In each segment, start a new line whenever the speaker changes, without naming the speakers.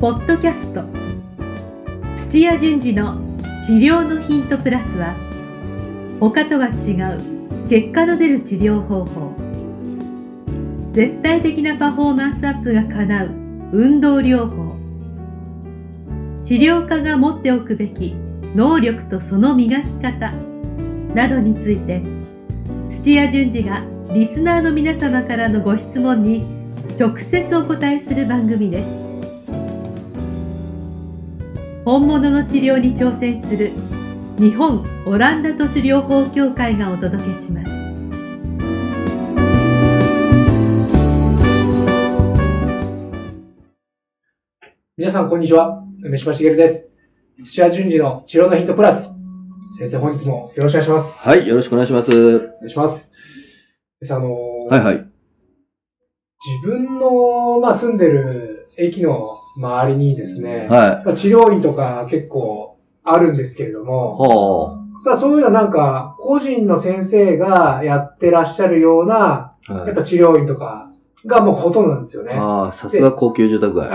ポッドキャスト土屋順次の治療のヒントプラスは他とは違う結果の出る治療方法絶対的なパフォーマンスアップが叶う運動療法治療家が持っておくべき能力とその磨き方などについて土屋順次がリスナーの皆様からのご質問に直接お答えする番組です本物の治療に挑戦する日本オランダ都市療法協会がお届けします
皆さん、こんにちは。梅島茂です。土屋淳二の治療のヒントプラス。先生、本日もよろしくお願いします。
はい、よろしくお願いします。は
お願いします。先生、あのー
いはい。
自分の、まあ、住んでる駅の周りにですね、
はい。
まあ治療院とか結構あるんですけれども、
は
さあ、そういうのはなんか、個人の先生がやってらっしゃるような、
あ。は
やっぱ治療院とかがもうほとんどなんですよね。
ああ、さすが高級住宅街。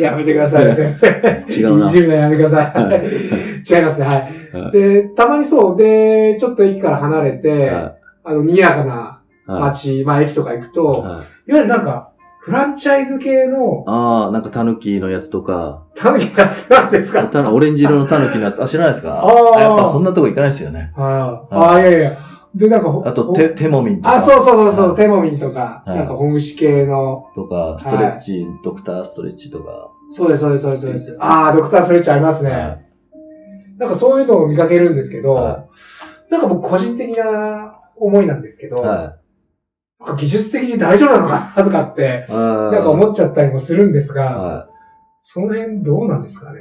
やめてください、先生。
違うな
じるのやめてくださ。
はい
違いますね、はい。
は
で、たまにそう、で、ちょっと駅から離れ
い。
て、
は。
あの、賑やかない
はい。
街、まあ駅とか行くと、い、
はい
わゆるなんか、フランチャイズ系の、
ああ、なんかタヌキのやつとか、
タヌキが好きなんですか
たオレンジ色のタヌキのやつ、あ、知らないですか
あー
あやっぱそんなとこ行かないですよね。
ああ、ああ、いやいや。で、なんかほ、
あと、
ほ
テ、、テモミンとか。
あ、そうそうそう、そう
は
テモミンとか、
はい
なんか、ほぐし系の、
とか、ストレッチ、ドクターストレッチとか。
そうです、そうです、そうですそうです。ああ、ドクターストレッチありますね。
はい
なんかそういうのを見かけるんですけど、
は
なんか僕個人的な思いなんですけど、
い。は
なんか技術的に大丈夫なのかなとかって、
い。な
なんか思っちゃったりもするんですが、
は
その辺どうなんですかね。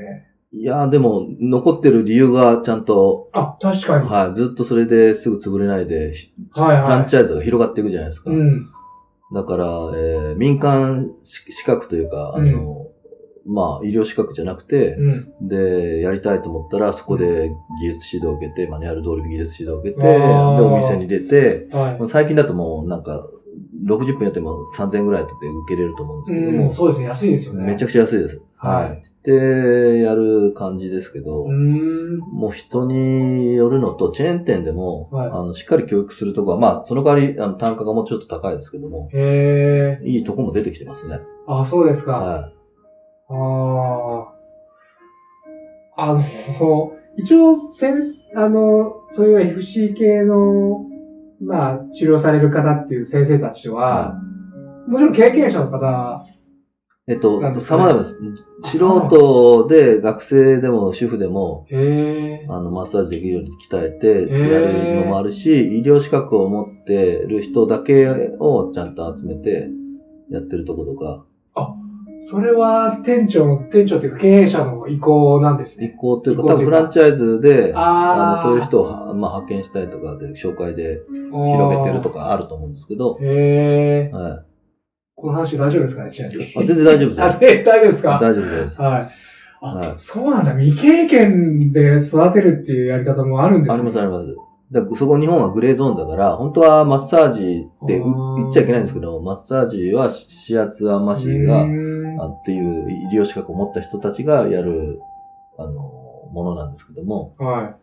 い。いやーでも、残ってる理由がちゃんと、
あ、確かに。は
はい。ずっとそれですぐ潰れないで、ひ
いはい。
フランチャイズが広がっていくじゃないですか。
うん。
だから、えー民間し資格というか、あの、まあ、医療資格じゃなくて、
うん。
で、やりたいと思ったら、そこで技術指導を受けて、マニュアル通り技術指導を受けて、
あ
で、
ー
お店に出て、
は
最近だともうなんか、60分やっても3000円ぐらいで受けれると思うんで
い。
すけども、
そうですね。安いですよね。
めち
ゃ
ゃくちゃ安いです。
はい
で、やる感じですけど、
うーん。
もう人によるのと、チェーン店でも、
はい
あの、しっかり教育するとこは、まあ、その代わり、あの、単価がもうちょっと高いですけども、
へえ。
いいとこも出てきてますね。
あ、そうですか。
は
ああ。あの、 一応、先あの、そういう FC 系の、まあ、治療される方っていう先生たち
い。
は、
は
もちろん経験者の方、
い。えっと、
なんですかね
様々です。素人で、学生でも、主婦でも、
へえ。
あの、マッサージできるように鍛えて、
へー
やるのもあるし、医療資格を持ってる人だけをちゃんと集めて、やってるとことか、
それは店長の、店長っていうか経営者の意向なんです
移
ね。
行というか、
移行
多
と
分
いうか
フランチャイズで、あ
あ
の、そういう人をは、まあ、派遣したりとかで、紹介で広げてると。かあると思うんですけど
あ、ーへえ。
は
この話大丈夫ですかね、ちなみに。
い。あ全然大丈夫です
あ、
よ。
で大丈夫ですか
大丈夫です。
はい。あ、
はい
そうなんだ。未経験で育てるっていうやり方もあるんですね。
ありますあります。だからそこ日本はグレーゾーンだから、本当はマッサージってう
あー
言っちゃいけないんですけど、マッサージは指圧あましが、
う
あ
ーん
っていう医療資格を持った人たちがやる、あの、ものなんですけども、
は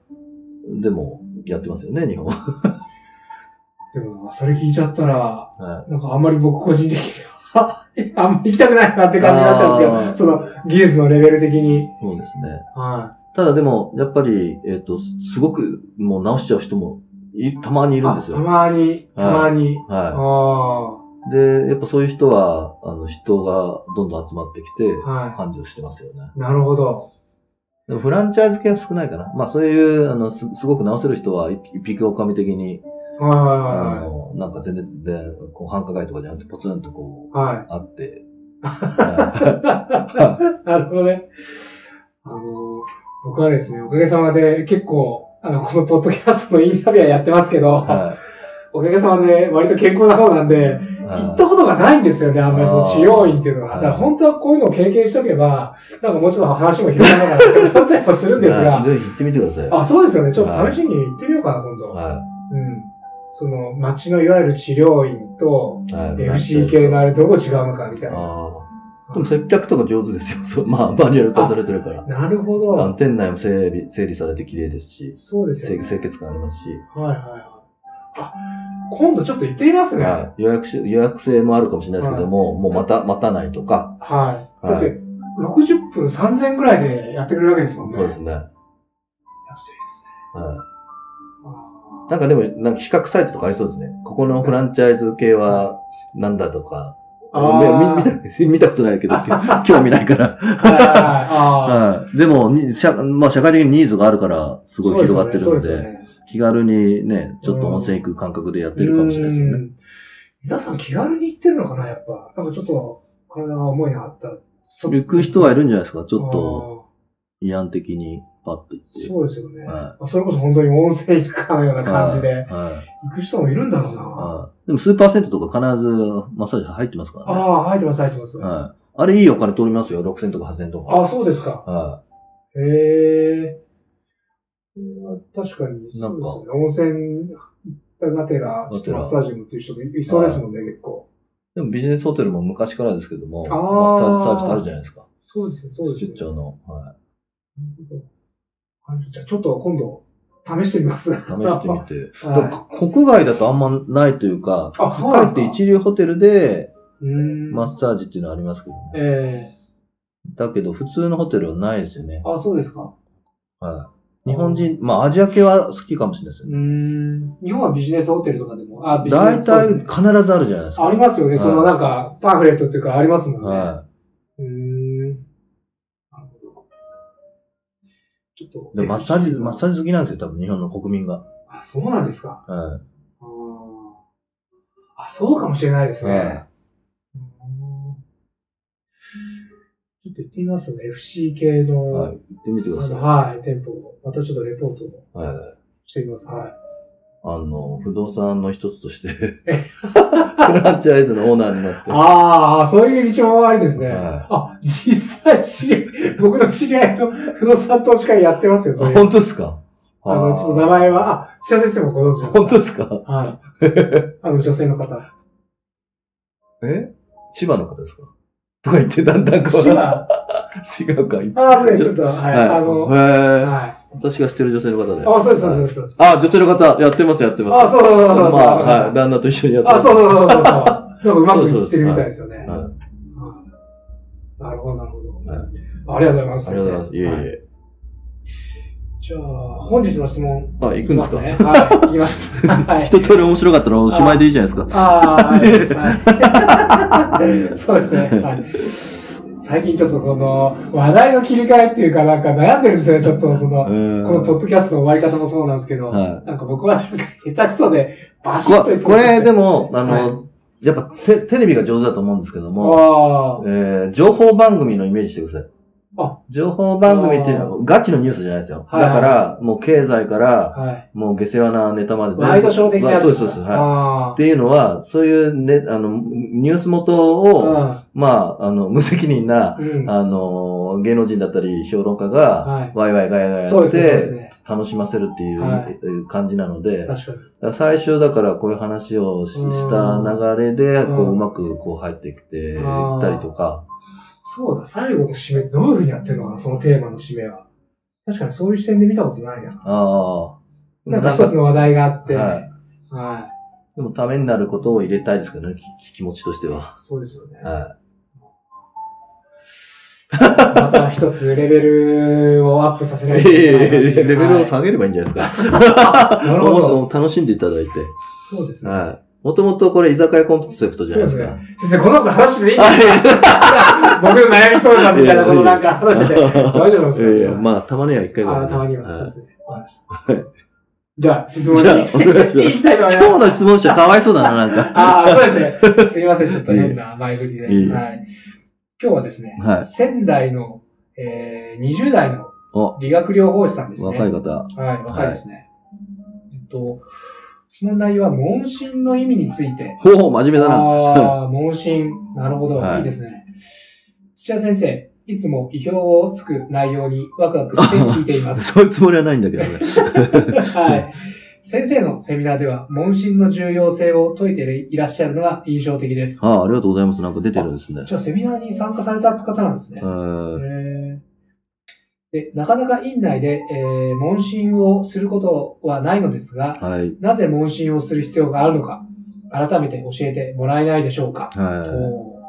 でも、やってますよね、日本は。
い。でもな、それ聞いちゃったら、
は
なんかあんまり僕個人的には、 あんまり行きたくないなって感じになっちゃうんですけど、その技術のレベル的に。
い。そうですね。
は
ただでも、やっぱり、えっ、と、すごくもう直しちゃう人もいたまに
い。
いるんです
あた
よ。
まに、たまに。あ
は。
あ。はい
で、やっぱそういう人は、あの、人がどんどん集まってきて、
い。
繁盛してますよね。
なるほど。
でもフランチャイズ系は少ないかな。まあそういう、あの、すすごく直せる人は、一一匹狼的に、
はい
あ
は
の、なんか全然、でこう繁華街とかじゃなくて、ポツンとこ
いはい。は。
う、あって。はい
なるほどね。あの、僕はですね、おかげさまで結構、あの、このポッドキャストのインタビュアーやってますけど、
い。は
おかげさまで割と健康な方なんで、
い。
行ったことがないんですよね、あんまりその治療院っていうのは。
あ
だ
ー
から本当はこういうのを経験しとけば、なんかもうちょっと話も広がらなか ったと思ったりもするんです
はい
が、
ぜひ行ってみてください。
あ、そうですよね。ちょっと試しに行ってみようかな、今度。
は
うん。その、町のいわゆる治療院と、
い。はい。
FC 系のあ
る。
れどこ違うのかみたいな。
あでも接客とか上手ですよ。そう、まあ、マニュアル化されてるから。
なるほ
あの
ど。
店内も整理、整理されて綺麗ですし、
そうです
清
よね。
清潔感ありますし、
はいはいはい。あ、今度ちょっと行ってみますね。は
はい予約し、予約制もあるかもしれないですけども、もうまた、待たないとか、
い。
い
だって、60分3000円くらいでやってくれるわけですもんね。
そうですね。は
安いですね。
い。
あー
なんかでも、なんか比較サイトとかありそうですね。ここのフランチャイズ系は、なんだとか、
あー
見見た、見 たことな いけど、興味ないから。
はいはいはいあー
はい。でも、に社、まあ社会的にニーズがあるから、すごい広がってる
そう
の
す
で、
よね
気軽にね、ちょっと温泉行く感覚でやってるかもしれないですよ
う
ね。
ん皆さん気軽に行ってるのかな、やっぱ。なんかちょっと体が重いなあったら。そ
行く人はいるんじゃないですか、ちょっと、
と。
慰安的にパッと行って。
そうですよね。
は
それこそ本当に温泉行くかのような感じで、
はい。
行く人もいるんだろうな。
はい。でも、スーパーセントとか必ずマッサージ入ってますからね。
ああ、入ってます、入ってます。
はい。あれいいお金取りますよ、6000とか8000と
あ
か。
あ、そうですか。
は
へえ。うん確かに、
なんか
そうですよね。温泉行ったがてら、ちょっとマッサージもっていう人もいそうですもんね、結構。
い。でも、ビジネスホテルも昔からですけども、
あー
マッサージサービスあるじゃないですか。
そうですね、そうです
出
ね。
張の。は
はいじゃあちょっと今度、試してみます。試
い。試してみて。だ
はい
から国外だとあんまないというか、
あそうなんで
かえっ
すか
て一流ホテルで
うーん。
マッサージっていうのはありますけどね。
え
だけど普通のホテルはないですよね
え。あ、そうですか。
はい。日本人、まあアジア系は好きかもしれないです
う
よね。
ーん。日本はビジネスホテルとかでも、あ、ビジネス
大
そう
体
ですね
必ずあるじゃないですか。
ありますよね。そのなんか、パンフレットっていうかありますもんね。
は
うーん。なるほど。ちょっと
い。。で、マッサージ、マッサ
ージ。
ージ好きなんですよ、多分日本の国民が。
あ、そうなんですか。
は
あーあ、そうかもしれないです
い。
ね。
は
うーんちょっと行ってみますね。FC 系の、
い。はい。行ってみてくだ
あ
さい
の、。はい、店舗を。またちょっとレポートを
はい。
してみます。はい。
あの、不動産の一つとして、 フランチャイズのオーナーになって。
ああ、そういう道もありですね。
はい
あ、実際知り合い、 僕の知り合いの不動産投資家やってますよ、それ。
本当ですか
あの、ちょっと名前。は、あ、土屋先生もご存知の
本当ですか
はい。あの、女性の方。
え千葉の方ですかとか言ってだんだんこう。
千葉
違うか。はい。
ああ、そうですね、ちょっと、はい。あの、はい。
へー
あ、
私が知ってる女性の方で。
そうです、そうです、そうです。
あ、女性の方、やってます、やってます。
あ、そうそうそうそうそう。
まあ、はい。旦那と一緒にやってま
あ、
す。
そうそうそうそう そう。なんかうまくいってるみたいですよね。
はい
はいなるほど、なるほど。
はい
ありがとうございます。
ありがとうございます。いえい
はい
え。
じゃあ、本日の質問。
あ、行くんですか
いきますねはい、行き ます。はい。
一通り面白かったらおしまいでいいじゃないですか。
ああ、いいです はいそうですね。はい最近ちょっとこの話題の切り替えっていうかなんか悩んでるんですよね。ちょっとその、
うん
このポッドキャストの終わり方もそうなんですけど、
は
なんか僕はなんか下手くそでバシッ
こと
いつ
これで
も
も、あ
は
の、やっぱテテレビが上手だと思うんですけど
あ
も、えー情報番組のイメージしてください
あ。
情報番組っていうのはガチのニュースじゃないですよ。
はいは
だ
い
から、もう経済か
あ、
ら、
はい。
もう下世話なネタまで全部
ワイドショー的なやつ。
そうです、そうです。はい。
あ
っていうのは、そういうね、あの、ニュース元を、
あ。
まあ、あの、無責任な、
うん。うん。
あの、芸能人だったり、評論家が、
はい。
ワイワイガヤガヤ
そうで
やっ
すね。そうです
て、
ね。
楽しませるってい
は
う感じなので、だか
確かに。
ら最初だからこういう話をし
うん
した流れで、こ
う
う、
ん
うまくこう入ってきていったりとか、
そうだ、最後の締めってどういう風にやってるのかな、そのテーマの締めは。確かにそういう視点で見たことないな。
ああ。
なんか一つの話題があって。
は。
はい
でも、ためになることを入れたいですけどね、き気持ちとしては。
い。そうですよね。
は。
また一つレベルをアップさせないい
い
とい
やい
け
や
ない
いやレベルを
下
下げればいいんじゃないですか。
なるほ
も
ど。
そ楽しんでいただいて。
そうですね。
はい。もともとこれ居酒屋コンセプトじゃ
そう
ない
で
です
すね。先生、
か。
このこと話していいんですか 僕の悩み相談みたいなことなんか話してて。大丈夫なんです
い
か
やいや、まあ、たまには一回ぐらい
あ
ね
ーたまには、
はい
そうですね。わかりました。じゃあ、質問に
じゃあお願いします
行きたいと思います。
今日の質問者かわいそうだな、なんか。
ああ、そうですね。すみません、ちょっと変な前振りで。はい
いい
今日はですね、
はい
仙台の、えー、20代の
お
理学療法士さん ですね。
若い方。
はい、若いですね。えっと、質問内容は問診の意味について。
ほう、真面目だな。
ああ、問診。なるほど、
はい
い、いですね。土屋先生、いつも意表をつく内容にワクワクして聞いています。
そういうつもりはないんだけどね。
はい。先生のセミナーでは、問診の重要性を解いていらっしゃるのが印象的です。
ああ、ありがとうございます。なんか出てるんですね。
じゃあ、セミナーに参加された方なんですね
え。ー、
へーでなかなか院内で、えー問診をすることはないのですが、
はい。
なぜ問診をする必要があるのか、改めて教えてもらえないでしょうか。
は
おー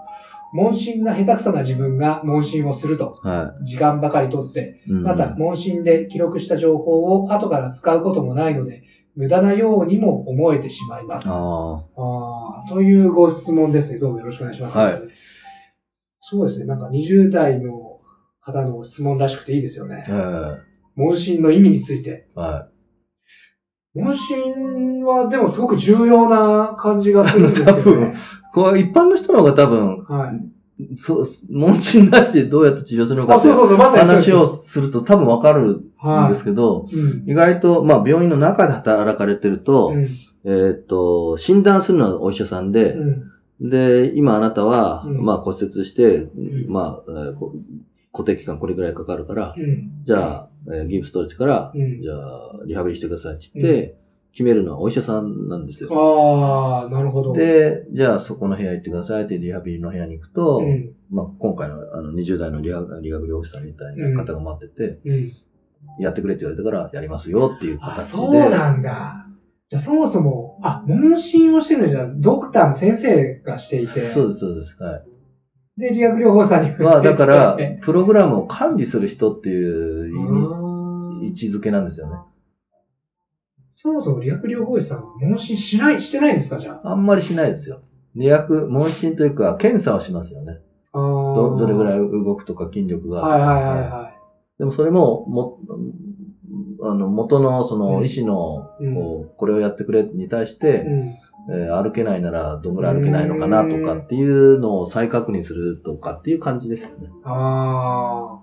問診が下手くそな自分が問診をすると、
い。は
時間ばかりとって、
い。うん
また、問診で記録した情報を後から使うこともないので、無駄なようにも思えてしまいます。あ
あ
あというご質問ですね。どうぞよろしくお願いします。
はい
そうですね。なんか20代の方の質問らしくていいですよね
あ、え。え
問診の意味について。
は
問診はでもすごく重要な感じがするんですけ
多
ど
分
ね。
い。これは一般の人の方が多分、
はい。
そう、問診なしでどうやって治療するのか
あ、
って
そうそうそう、まさにそうです
話をすると多分わかるん
は
ですけど、
い。うん。
意外と、まあ病院の中で働かれてると、
うん。
えーっと、診断するのはお医者さんで、
うん。
で、今あなたは、
うん
まあ骨折して、
ん
まあ、えーこ固定期間これぐらいかかるから、
うん。
じゃあ、えーギブス取れてから、
うん
じゃあ、リハビリしてくださいって言って、決めるのはお医者さんなんですよ。
ああ、なるほど。
で、じゃあそこの部屋行ってくださいってリハビリの部屋に行くと、
うん。
まあ今回のあの20代のリハリハビリオフィサーみたいな方が待ってて、
うん。
やってくれって言われたからやりますよっていう形
あ、
で。
そうなんだ。じゃあそもそも、あ、問診をしてるのじゃあドクターの先生がしていて。
そうです、そうです。はい。
で、理学療法士さんに。
まあ、だから
え、
プログラムを管理する人っていう
ー
位置づけなんですよね。
そもそも理学療法士さんは問診しない、してないんですかじゃあ。
あんまりしないですよ。理学、問診というか、検査はしますよね。
あー
ど、どれぐらい動くとか筋力が。
はいはいはいは
でもそれも、も、あの、元の、そ
うん
の、医師の、
うん
こう、これをやってくれに対し
い。
て、
うん。
えー歩けないなら、どんぐらい歩けないのかなとかっていうのを再確認するとかっていう感じですよね。
ああ。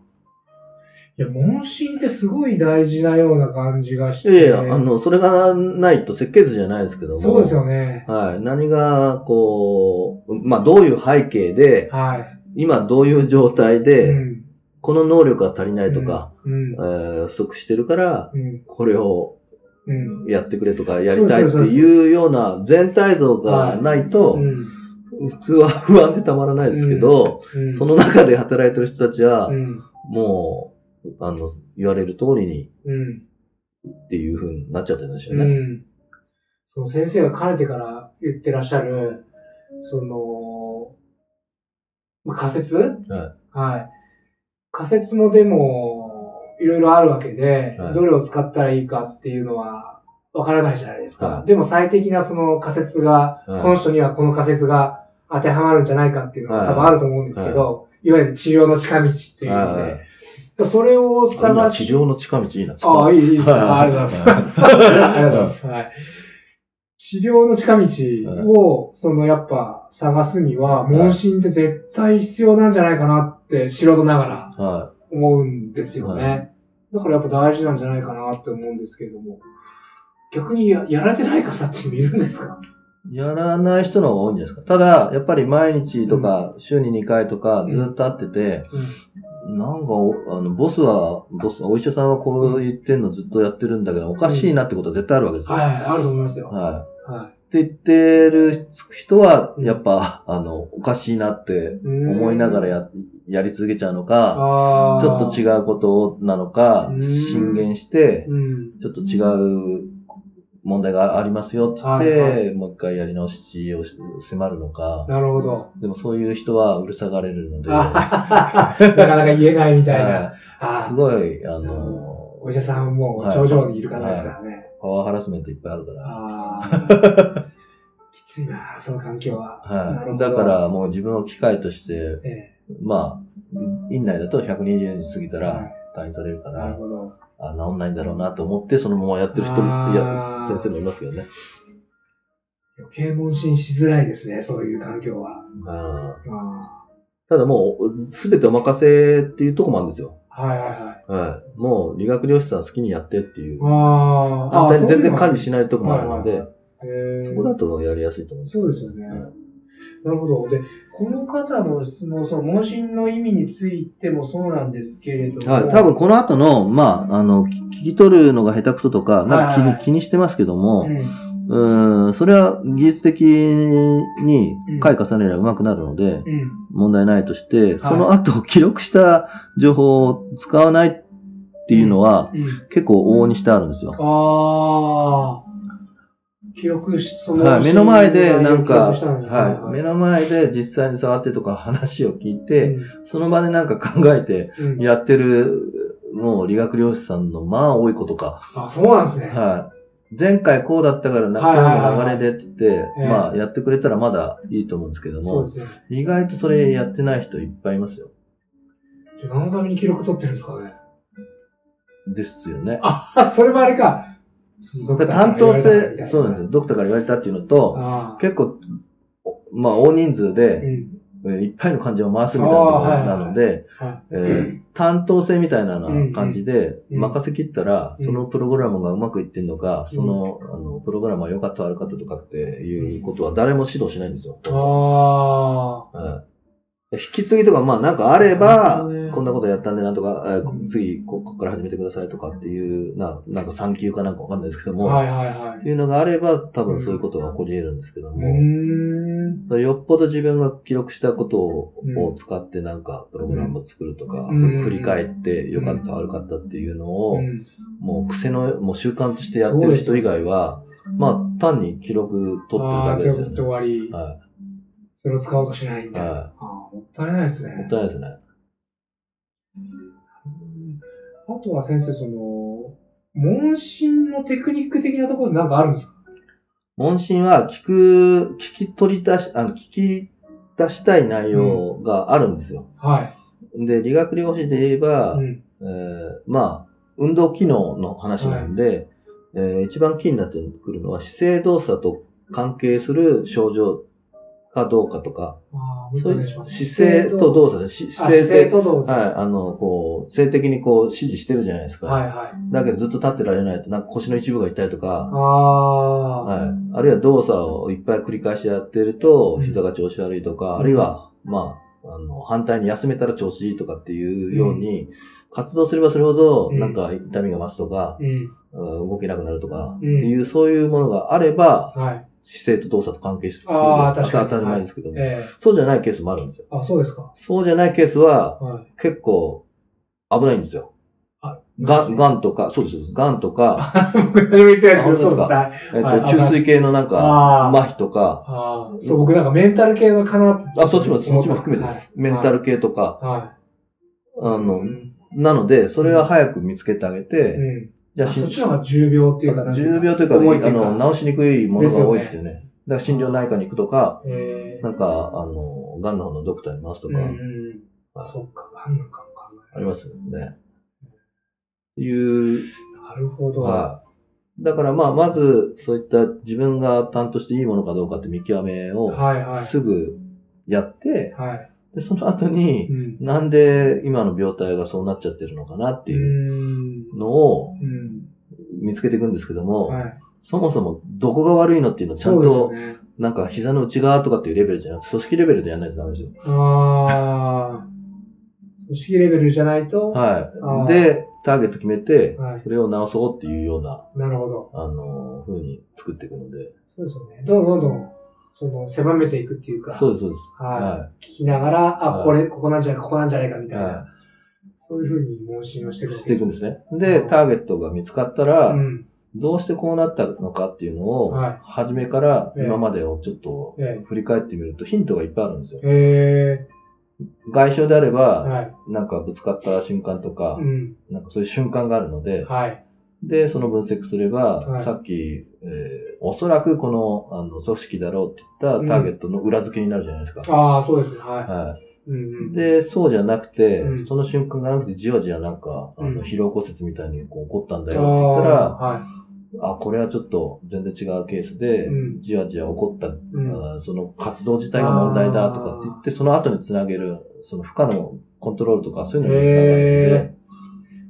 いや、問診ってすごい大事なような感じがし
い
て。
やいや、あの、それがないと設計図じゃないですけども。
そうですよね。
はい。何が、こう、まあ、どういう背景で、
はい。
今どういう状態で、
うん。
この能力が足りないとか、
うん。
えー不足してるから、
うん。
これを
うん。
やってくれとか、やりたいって
そうですそう
いうような全体像がないと
う、ん。
普通は不安でたまらないですけど、
うん
そ、の中で働いてる人たちは
う、ん。
もう、あの、言われる通りに
うん。
っていう風になっちゃってるんですよ
う
ね。
ん。その先生がかねてから言ってらっしゃる、その、まあ仮説
は
はい。仮説もでも、いろいろあるわけで、
はい
どれを使ったらいいかっていうのは、わからないじゃないですか。
はい
でも最適なその仮説が、
はい
この人にはこの仮説が当てはまるんじゃないかっていうのが
はい
多分あると思うんですけど、いわゆる治療の近道っていうの
はい
で、それを
あ今
探
治
し、
療の近道いいな。
ああ、いい、いいですね。 あありがとうございます。ありがとうございます。はい。治療の近道を、そのやっぱ探すには、
はい
問診って絶対必要なんじゃないかなって素人ながら
は
思うんですよ
は
ね。だからやっぱ大事なんじゃないかなって思うんですけれども。逆にややられてない方っているんですか
い。やらない人の方が多いんじゃないですか。ただ、やっぱり毎日とか、週に2回とか、ずっと会ってて、なんかお、あの、ボスは、ボス、お医者さんはこう言ってんのずっとやってるんだけど、おかしいなってことは絶対あるわけですよ。
はい、あると思いますよ。
は。
はい
って言ってる人は、やっぱ、あの、おかしいなって
い。うん
思いながらや、やり続けちゃうのか、
あ
ちょっと違
う。
うことなのか
うん、
進言して、
うん。
ちょっと違う問題がありますよって言っ
はいは
て、もう一回やり直しをし迫るのか、
なるほど。
でもそういう人はうるさがれるので、
あなかなか言えないみたいな。
はい
あ
す
ー
ごい、あの、
お医者さんはもう頂上にいる方ですからね。
パワーハラスメントいっぱいあるから、
あーきついな、その環境は。なる
は
ほど
い。だからもう自分を機械として、
ええ
まあ、院内だと120に過ぎた
はい
ら退院されるか
なる
ら、
ほど。
あ治んないんだろうなと思って、そのままやってる人
あー
も、いや、先生もいますよね。
余計問診しづらいですね、そういう環境は。
うん
あ
ただもう、すべてお任せっていうとこもあるんですよ。
ーはいはいはい。
はい。もう、理学療師さん好きにやってっていう。
あー
反
あ
対に全然管
感
理
じ
しないとこもあるので、
へー
そこだとやりやそうだとやりやすいと思うんです
そうですよね。
なるほど。で、この方の質問、その問診の意味についてもそうなんですけれども。
はい。多分この後の、まあ、あの、聞聞き取るのが下手くそとか、なんか気
はい
に
はい
気にしてますけど
う
も、
ん
うん、それは技術的に回重ねれば上手くなるので、
うん。
問題ないとして、その後記録した情報を使わないっていうのは、
うん。
結構往々にしてあるんですよ。
ああ。記録し、その、
はい、目の前で、
診
な
断を
ん
記録
か、
したのに
はい、目の前で実際に触ってとか話を聞いて、
う
その場でなんか考えて
んうん
やってる、もう理学療師さんのまあ多いことか。
あ、そうなんですね。
はい。前回こうだったから、な
はいはいはい
今日の流れでって言って、
ええ
まあやってくれたらまだいいと思うんですけど
そう
も
で、すね。
意外とそれやってない人いっぱいいますよ。
じゃあ何のために記録取ってるんですかね。
ですよね。
あ、それもあれか。そのドクター
担当性、そうなんですすよ。ドクターから言われたっていうのと、
ああ。
結構、まあ大人数で、
うん。
えーいっぱいの患者を回すみたいなところなので
あーはいはいはいはい、
えー担当性みたいな感じで
うんうん
任せきったら、
うん
そのプログラムがうまくいってんのか、そのあのプログラムが良かった悪かったとかっていうことは誰も指導しないんですよ。
あ
はい引き継ぎとか、まあなんかあれ
なる
ば、
ほどね
こんなことやったんでなんとか、えーこ
うん
次こここから始めてくださいとかっていう、ななんか産休かなんかわかんないですけど
あ。
も、
はいはいは
っ
い。
ていうのがあれば多分そういうことが起こり得るんですけど
う
も、
ーん。
よっぽど自分が記録したことを,、
うん
を使ってなんかプログラムを作るとか、
うん
振り返って良かった、悪かったっていうのを、
うん
もう癖の、もう習慣としてやってる人以外は、まあ単に記録取ってる
あ
だ
あ、
け
記
です
録取
よ
って
ね。
終わり。
は
それを使おうとしないみ
い。
たいな。
は
ああ、もったいないですね
い。。もったいないですね。
うんあとは先生、その、問診のテクニック的なところでなんかあるんですか
問診は聞く、聞き取り出し、あの、聞き出したい内容があるんですよ。
はい。
で、理学療法士で言えば、
うん。
えーまあ、運動機能の話なんで、えー一番気になってくるのは姿勢動作と関係する症状かどうかとか、
ああ、
そういう
本当にお願いしま
姿
す
勢と動作で、し
あ
姿
姿
勢
勢
って、
と動作。
はい、あの、こう、性的にこう指示してるじゃないですか。
はいはい。
だけどずっと立ってられないと、なんか腰の一部が痛いとか、
ああ。
はい。あるいは動作をいっぱい繰り返しやってると、
うん
膝が調子悪いとか、
ん
あるいは、まあ、あの、反対に休めたら調子いいとかっていうように、活動すればするほど、
うん
なんか痛みが増すとか、
うん。
うん動けなくなるとか、って
うん
いう、そういうものがあれば、
はい。
姿勢と動作と関係するじ
あー
ゃないです
確かに
当たり前ですけども、
え
そうじゃないケースもあるんですよ。
えあ、そうですか。
そうじゃないケースは、
は
結構、危ないんですよ。
い。
がん、
ん。
がんとか、そうです、そうですがんとか、
僕何も言ってないですけど、
あ
そうで
本当ですす
か。
えっ
はい
と、中水系のなんか、
ああ。
麻痺とか、
ああ。そう、僕なんかメンタル系のかなって。
あ、そっちも、そっちも含めて
は
で
い
す。メンタル系とか、
は
あ
い。
の
う、ん
なので、それは早く見つけてあげて、
うん。
じゃあ、
そっち
し
の方が重秒っていうか、なんていうか
10秒というか、
重いと
あ
いうか
の、治しにくいものが多いですよね。だから、診療内科に行くとか、
ええ
なんか、あの、癌の方のドクターに回すとか、
うんうんうん。そっか、なんなんかも考え
ありますよね。いう、
なるほど。
はい。だから、まあ、まず、そういった自分が担当していいものかどうかって見極めを、
はいはい。
すぐやって、
はい。
でその後に
う、ん。
なんで今の病態がそうなっちゃってるのかなっていう
うん。
の
う
を
ん。
見つけていくんですけども、
はい。
そもそもどこが悪いのっていうのをちゃん
そ
と、
うですよね。
なんか膝の内側とかっていうレベルじゃなくて、組織レベルでやらないとダメですよ。
ああ。組織レベルじゃないと。あー
はい。で、ターゲット決めて、
はい。
それを直そうっていうような、
なるほど。
あのー、風に作っていくので。
そうですよね。どんどんどんどん、その、狭めていくっていうか。
そうです、そうです。
はい。
は
聞きながら、あ、
はい
これ、ここなんじゃないか、ここなんじゃないか、み
い。
たいな。
は
そういうふうに問診をして
い。
いくわ
し
け
ていくんですね。で、ターゲットが見つかったら、
うん。
どうしてこうなったのかっていうのを、
はい
初めから
ええ
今までをちょっと
え
振り返ってみるとヒントがいっぱいあるんですよ。
え
外傷であれ
ー、
ば、
はい。
なんかぶつかった瞬間とか
う、ん。
なんかそういう瞬間があるので、
はい。
で、その分析すれば、
はい
さっき、えーおそらくこのあの組織だろうって言ったターゲットの裏付けになるじゃないですか。
ああ、そうですね。は。
はい
うんう
い、
ん。、
で、そうじゃなくて、
うん
その瞬間がなくて、じわじわなんか、あ
うん
の疲労骨折みたいにこう起こったんだ
あ
よって言った
あ、
ら、
はい。
あこれはちょっと全然違うケースで、
うん
じわじわ起こった、
うん。
あーその活動自体が問題だとかって言って、その後につなげる、その負荷のコントロールとか、そういうのにつながるので、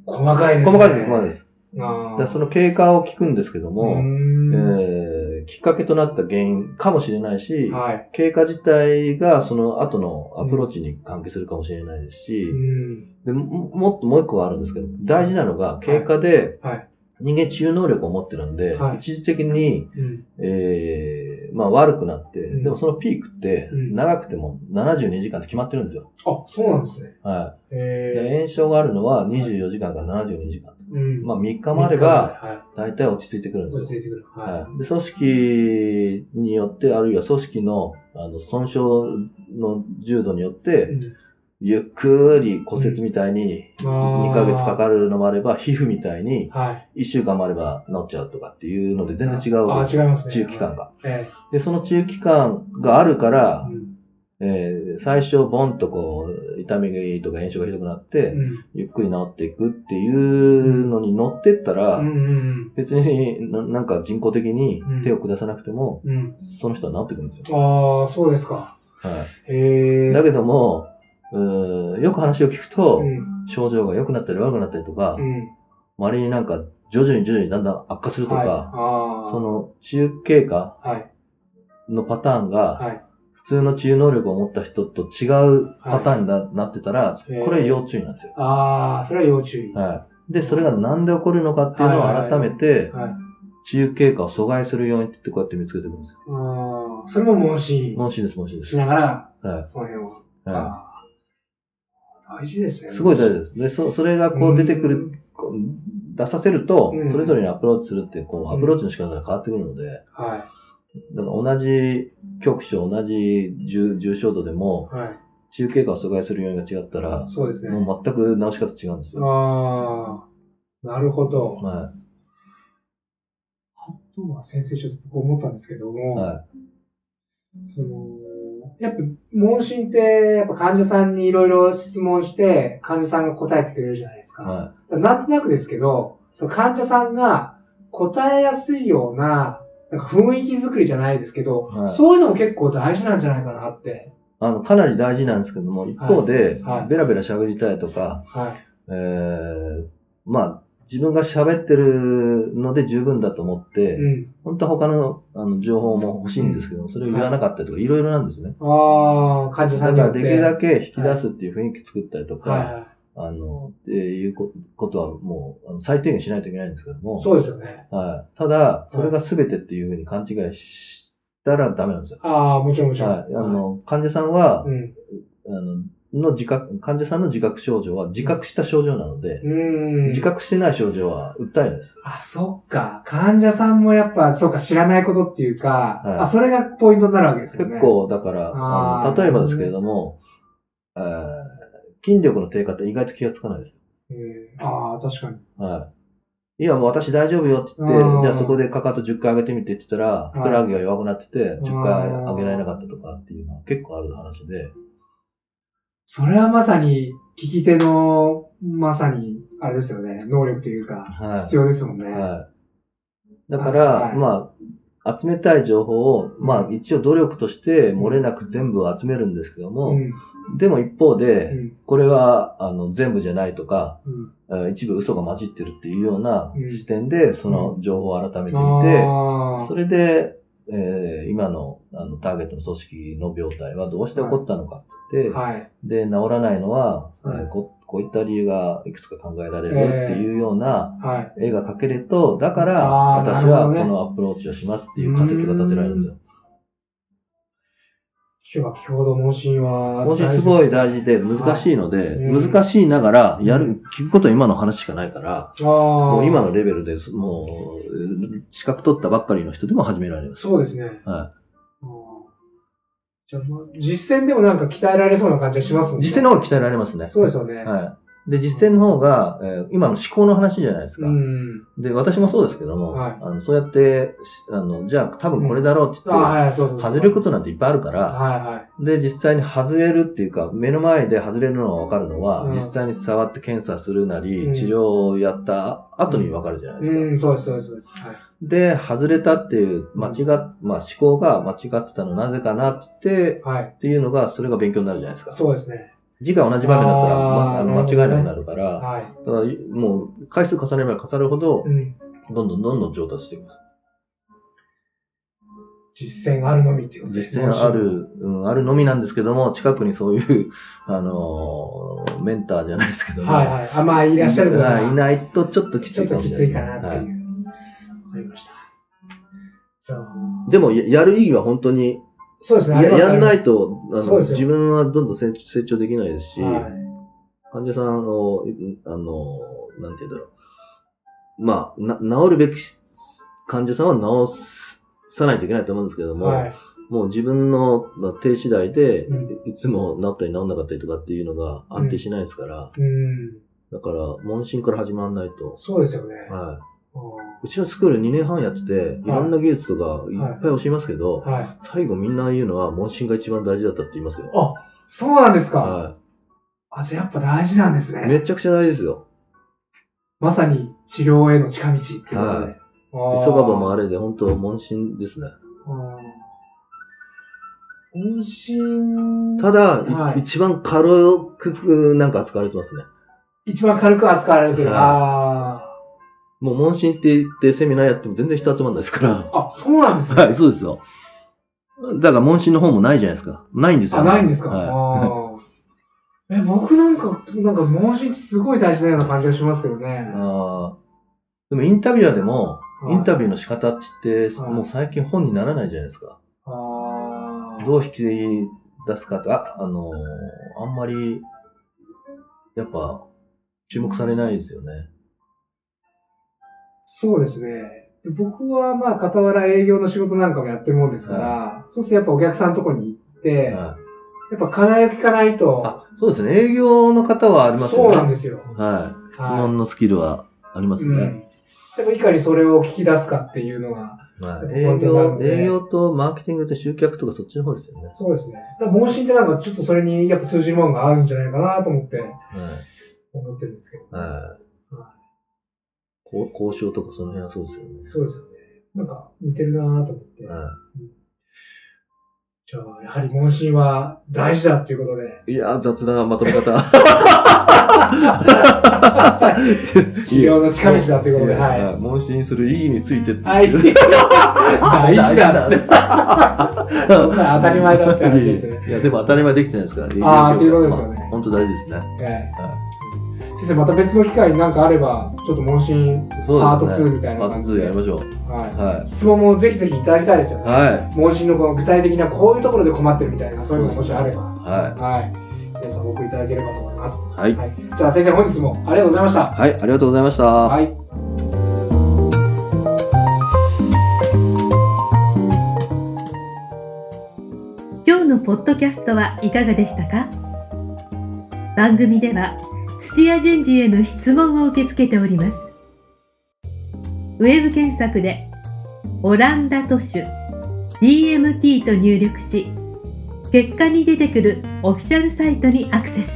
細かいですね。
細かいです、細かいです。
あ
だ
あ。
からその経過を聞くんですけども、
うーん
えーきっかけとなった原因かもしれないし、
はい。
経過自体がその後のアプローチに関係するかもしれないですし、
うん。
でももっともう一個はあるんですけど、大事なのが経過で
はい。
人間治癒能力を持ってるんで、
はい
一時的に、
うん。
えーまあ悪くなって、
うん
でもそのピークって
うん
長くても72時間って決まってるんですよ。
あ、そうなんですね。
は
へ
い。
え
で炎症があるのは24時間から72時間。
うん。
まあ3日
あ
もあれば、
は
大体落ち着いてくるん
い。
です
落
よ
ち。着いてくる。は
はい、で組織によって、あるいは組織のあの損傷の重度によっ
い。
て、
ん。
ゆっくり骨折みたいに2ヶ月か
る。
かるのもあれば、皮膚みたいに
はい。
1週間もあれば治っちゃうとかっていうので、全然違う
あ
わ
あ、
けで
違います
す。
ね。
治癒期間が。
え
で、その治癒期間があるか
え。
ら
う、ん。
えー最初、ボンとこう、痛みとか炎症がひどくなって、
うん。
ゆっくり治っていくっていうのに乗ってったら、
うんうん
別にななんか人工的に手を下さなくても、
うん。うん。
その人は治ってくるんですよ。
ああ、そうですか。
は
へ
い、
え。
だけども、うーんよく話を聞くと、
うん。
症状が良くなったり悪くなったりとか、
うん。
周りになんか徐々に徐々にだんだん悪化するとか、
はい、ああ。
そ、の治癒経過
はい。
のパターンが、
はい
普通の治癒能力を持った人と違うパターンにな,、ってたら
へー、
これ要注意なんですよ。
ああ、それは要注意。
はい。で、それがなんで起こるのかっていうのを
はいはいは
改
い
めて、
はい。
治癒経過を阻害する要因って言ってこうやって見つけていくんですよ。
ああ、それも問診
問診です、問診で
し
す。
ながら、
はい。
その辺を。
は
ああ大事ですね。
い、すごい大事です。で、そ、それがこう出てくるこう出させると
う、ん
それぞれにアプローチするって、
う
こ
ん
う、アプローチの仕方が変わってくるので、
は
だから同じ局所、同じ重重症度でも、
い。はい。
治癒経過を阻害する要因が違ったら、
そうですね。
もう全く治し方違うんですよ。
ああ、なるほど。
は
あとは先生、ちょっと僕思ったんですけども、
い。は
その、やっぱ、問診って、やっぱ患者さんにいろいろ質問して、患者さんが答えてくれるじゃないです
い。
か。
は
なんとなくですけど、その患者さんが答えやすいような、なんか雰囲気作りじゃないですけど、
はい
そういうのも結構大事なんじゃないかなって。
い。あの、かなり大事なんですけども、一方で、
はいはい
ベラベラ喋りたいとか、
はい。
えー、まあ、自分が喋ってるので十分だと思って、
うん。
本当は他のあの情報も欲しいんですけど、それを言わなかったりとか、いろいろなんですね。
ああ、患者さ
だ
んに
か
よ
ら
って。
できるだけ引き出すっていう雰囲気作ったりとか、
は
あの、っていうこことはもうあの最低限しないといけないんですけど
い。
も、
そうですよね。
はい、ただ、それが全てっていうふうに勘違いしたらダメなんですよ。
ああ、もちろんもちろん。
はい、あの、患者さんは、
うん。
あの、の自覚、患者さんの自覚症状は自覚した症状なので、
うん。
自覚してない症状は訴えないです。
あ、そっか。患者さんもやっぱ、そうか、知らないことっていうか、
はい
あ、それがポイントになるわけですよね。
結。構、だから、
あー
あの例えばですけれども、えー筋力の低下って意外と気がつかないです。
えーああ、確かに。
はい。いや、もう私大丈夫よって言って
うん、
じゃあそこでかかと10回上げてみてって言ったら、
い
ふくらはぎが弱くなってて、10回
うん
上げられなかったとかっていうのは結構ある話で、
それはまさに、聞き手の、まさに、あれですよね。能力というか、
はい
必要ですもんね。
はい。だか
は
ら、
い
まあ、集めたい情報を、まあ一応努力として漏れなく全部を集めるんですけど
う
も、
ん。
でも一方
う
で、
ん。
これは、あの、全部じゃないとか、
うん。
えー一部嘘が混じってるっていうような
うん
視点で、その情報を改めてみて、
あ
それで、えー今のあのターゲットの組織の病態はどうして起こったのかって言
あ。
って、
はい。
で、治らないのは、
はい
えーこ、こういった理由がいくつか考えられるっていうような
はい。
絵が描けると、だから
あーな
私
る
は
ほど
こ
ね
のアプローチをしますっていう仮説が立てられるんですよ。
聞けば聞くほど問診は
も
大事
し
です
ごい大事で難しいので、
うん
難しいながら、やる、聞くことは今の話しかないから、
ああ。
もう今のレベルです。もう、資格取ったばっかりの人でも始められます。
そうですね。
は
うんじゃあ、まあ実践でもなんか鍛えられそうな感じがしますもんね。
実践の方が鍛えられますね。
そうですよね。
はい。で、実践の方が、えー今の思考の話じゃないですか。
うん。
で、私もそうですけども、
はい
あのそうやって、しあの、じゃあ多分これだろうって
あ
言って、
はい、そうそうそう。
外れることなんていっぱいあるから、
はいはい。
で、実際に外れるっていうか、目の前で外れるのがわかるのは、
うん
実際に触って検査するなり、
うん
治療をやった後にわかるじゃないですか。
うん、そうです、そうです、そうです。はい。
で、外れたっていう、間違っ、まあ思考が間違ってたのなぜかなって言って、
はい。
っていうのが、それが勉強になるじゃないですか。
そうですね。
次回同じ場面だったら、まあ、
あーな
あの
るほどね
間違いなくなるから、
はい。
だからもう回数重ねれば重ねるほど
う、ん。
どんどんどんどん上達していきます。
実践あるのみっていうことです
実践あ。る、うん、あるのみなんですけども、近くにそういう、あのーメンターじゃないですけども、
はいはい。あ、まあ、いらっしゃる方
はいいないとちょっときつ
ちょっ
いか
とき
もしれ
つ
ない
い
で
か
す
な
ね。
っていう。わ、
はい
かりました。じゃあ、
でも、ややる意義は本当に、
そうですね。
や
あります
やんない。
あ
と、あ
そう
の
ですよ
自分はどんどん成成長できないですし、
りますはい
患者さんの、いあの、なんて言うんだろう。まあ、な、治るべきし患者さんは治すさないといけないと思うんですけども、
はい。
もう自分のまあ手次第で、
う
いつも治ったり治んなかったりとかっていうのが安定しないですから、
うん。
だから、問診から始まらないと。
そうですよね。
は
う
い。うちのスクール2年半やってて、いろんな技術とかいっぱい教えますけど、
んはい。
最後みんな言うのは問診が一番大事だったって言いますよ。
あ、そうなんですか。
は
あ、じゃあやっぱ大事なんですね。
い。めちゃくちゃ大事ですよ。
まさに治療への近道ってことで。
はい
あー
急がばもあれで、本当問診ですね。
うん音信、
ただ、い
はい
一番軽くなんか扱われてますね。
一番軽く扱われてる。
はい
あ
もう問診って言ってセミナーやっても全然人集まんないですか
あ。あ、そうなんです
ら。
ね。
はい、そうですよ。だから問診の方もないじゃないですか。ないんですよ、
あ、ないんですか。
は
あーえ、僕なんか、なんか、問診ってすごい大事なような感じがしますけどね
い。。あーでもインタビュアーでも、
はい
インタビューの仕方って言って、
はい
もう最近本にならないじゃないですか。
あー
どう引き出すかとか、ああのーあんまり、やっぱ、注目されないですよね。
そうですね。で僕はまあ、傍ら営業の仕事なんかもやってるもんですから、そうするとやっぱお客さんのとこに行って、や
はい
っぱ課題を聞かないと、
あ、そうですね。営業の方はありますよ
そ
ね。
うなんですよ。
はい。質問のスキルはあります
う
ね。
ん。でもいかにそれを聞き出すかっていうのが、
はい、
本当な
営
ん
業、
で
営業とマーケティングって集客とかそっちの方ですよね。
そうですね。だから問診ってなんかちょっとそれにやっぱ通じるものがあるんじゃないかなと思って、思ってるんですけど。
はい。はい。こう交渉とかその辺はそうですよね。
そうですよね。なんか似てるなと思って。
は
じゃあ、やはり問診は大事だっていうことで、
い。いやー、雑なまと め方。
治療の近道だっていうことで、はい。
い。問診する意義についてって
はい。 大事だって。そんなの当たり前だって話ですね。
いや、でも当たり前できてないですから。営業
あーっていうこと
業
で
界
すよね
まあ本当大事ですね。
はい先生、また別の機会になんかあれば、ちょっと問診、パ
そう
ート
ですね。
2みたい
パ
な
ート
感じ
2
で。
やりましょう。
は。
はい
質問もぜひぜひいただきたいですよ
い。
ね。
は
問診のこの具体的なこういうところで困ってるみたいな、そういうのがもしあれば。
い。は
はい。皆さんお送りいただければと思います。
い。はい。
はい。じゃあ先生、本日もありがとうございました。
はい。ありがとうございました。
はい。
今日のポッドキャストはいかがでしたか番組では土屋順次への質問を受け付けておりますウェブ検索で「オランダ都市 DMT」と入力し結果に出てくるオフィシャルサイトにアクセス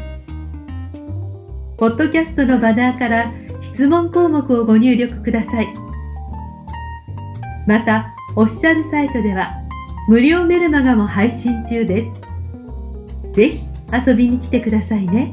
ポッドキャストのバナーから質問項目をご入力くださいまたオフィシャルサイトでは「無料メルマガも配信中です。ぜひ遊びに来てくださいね。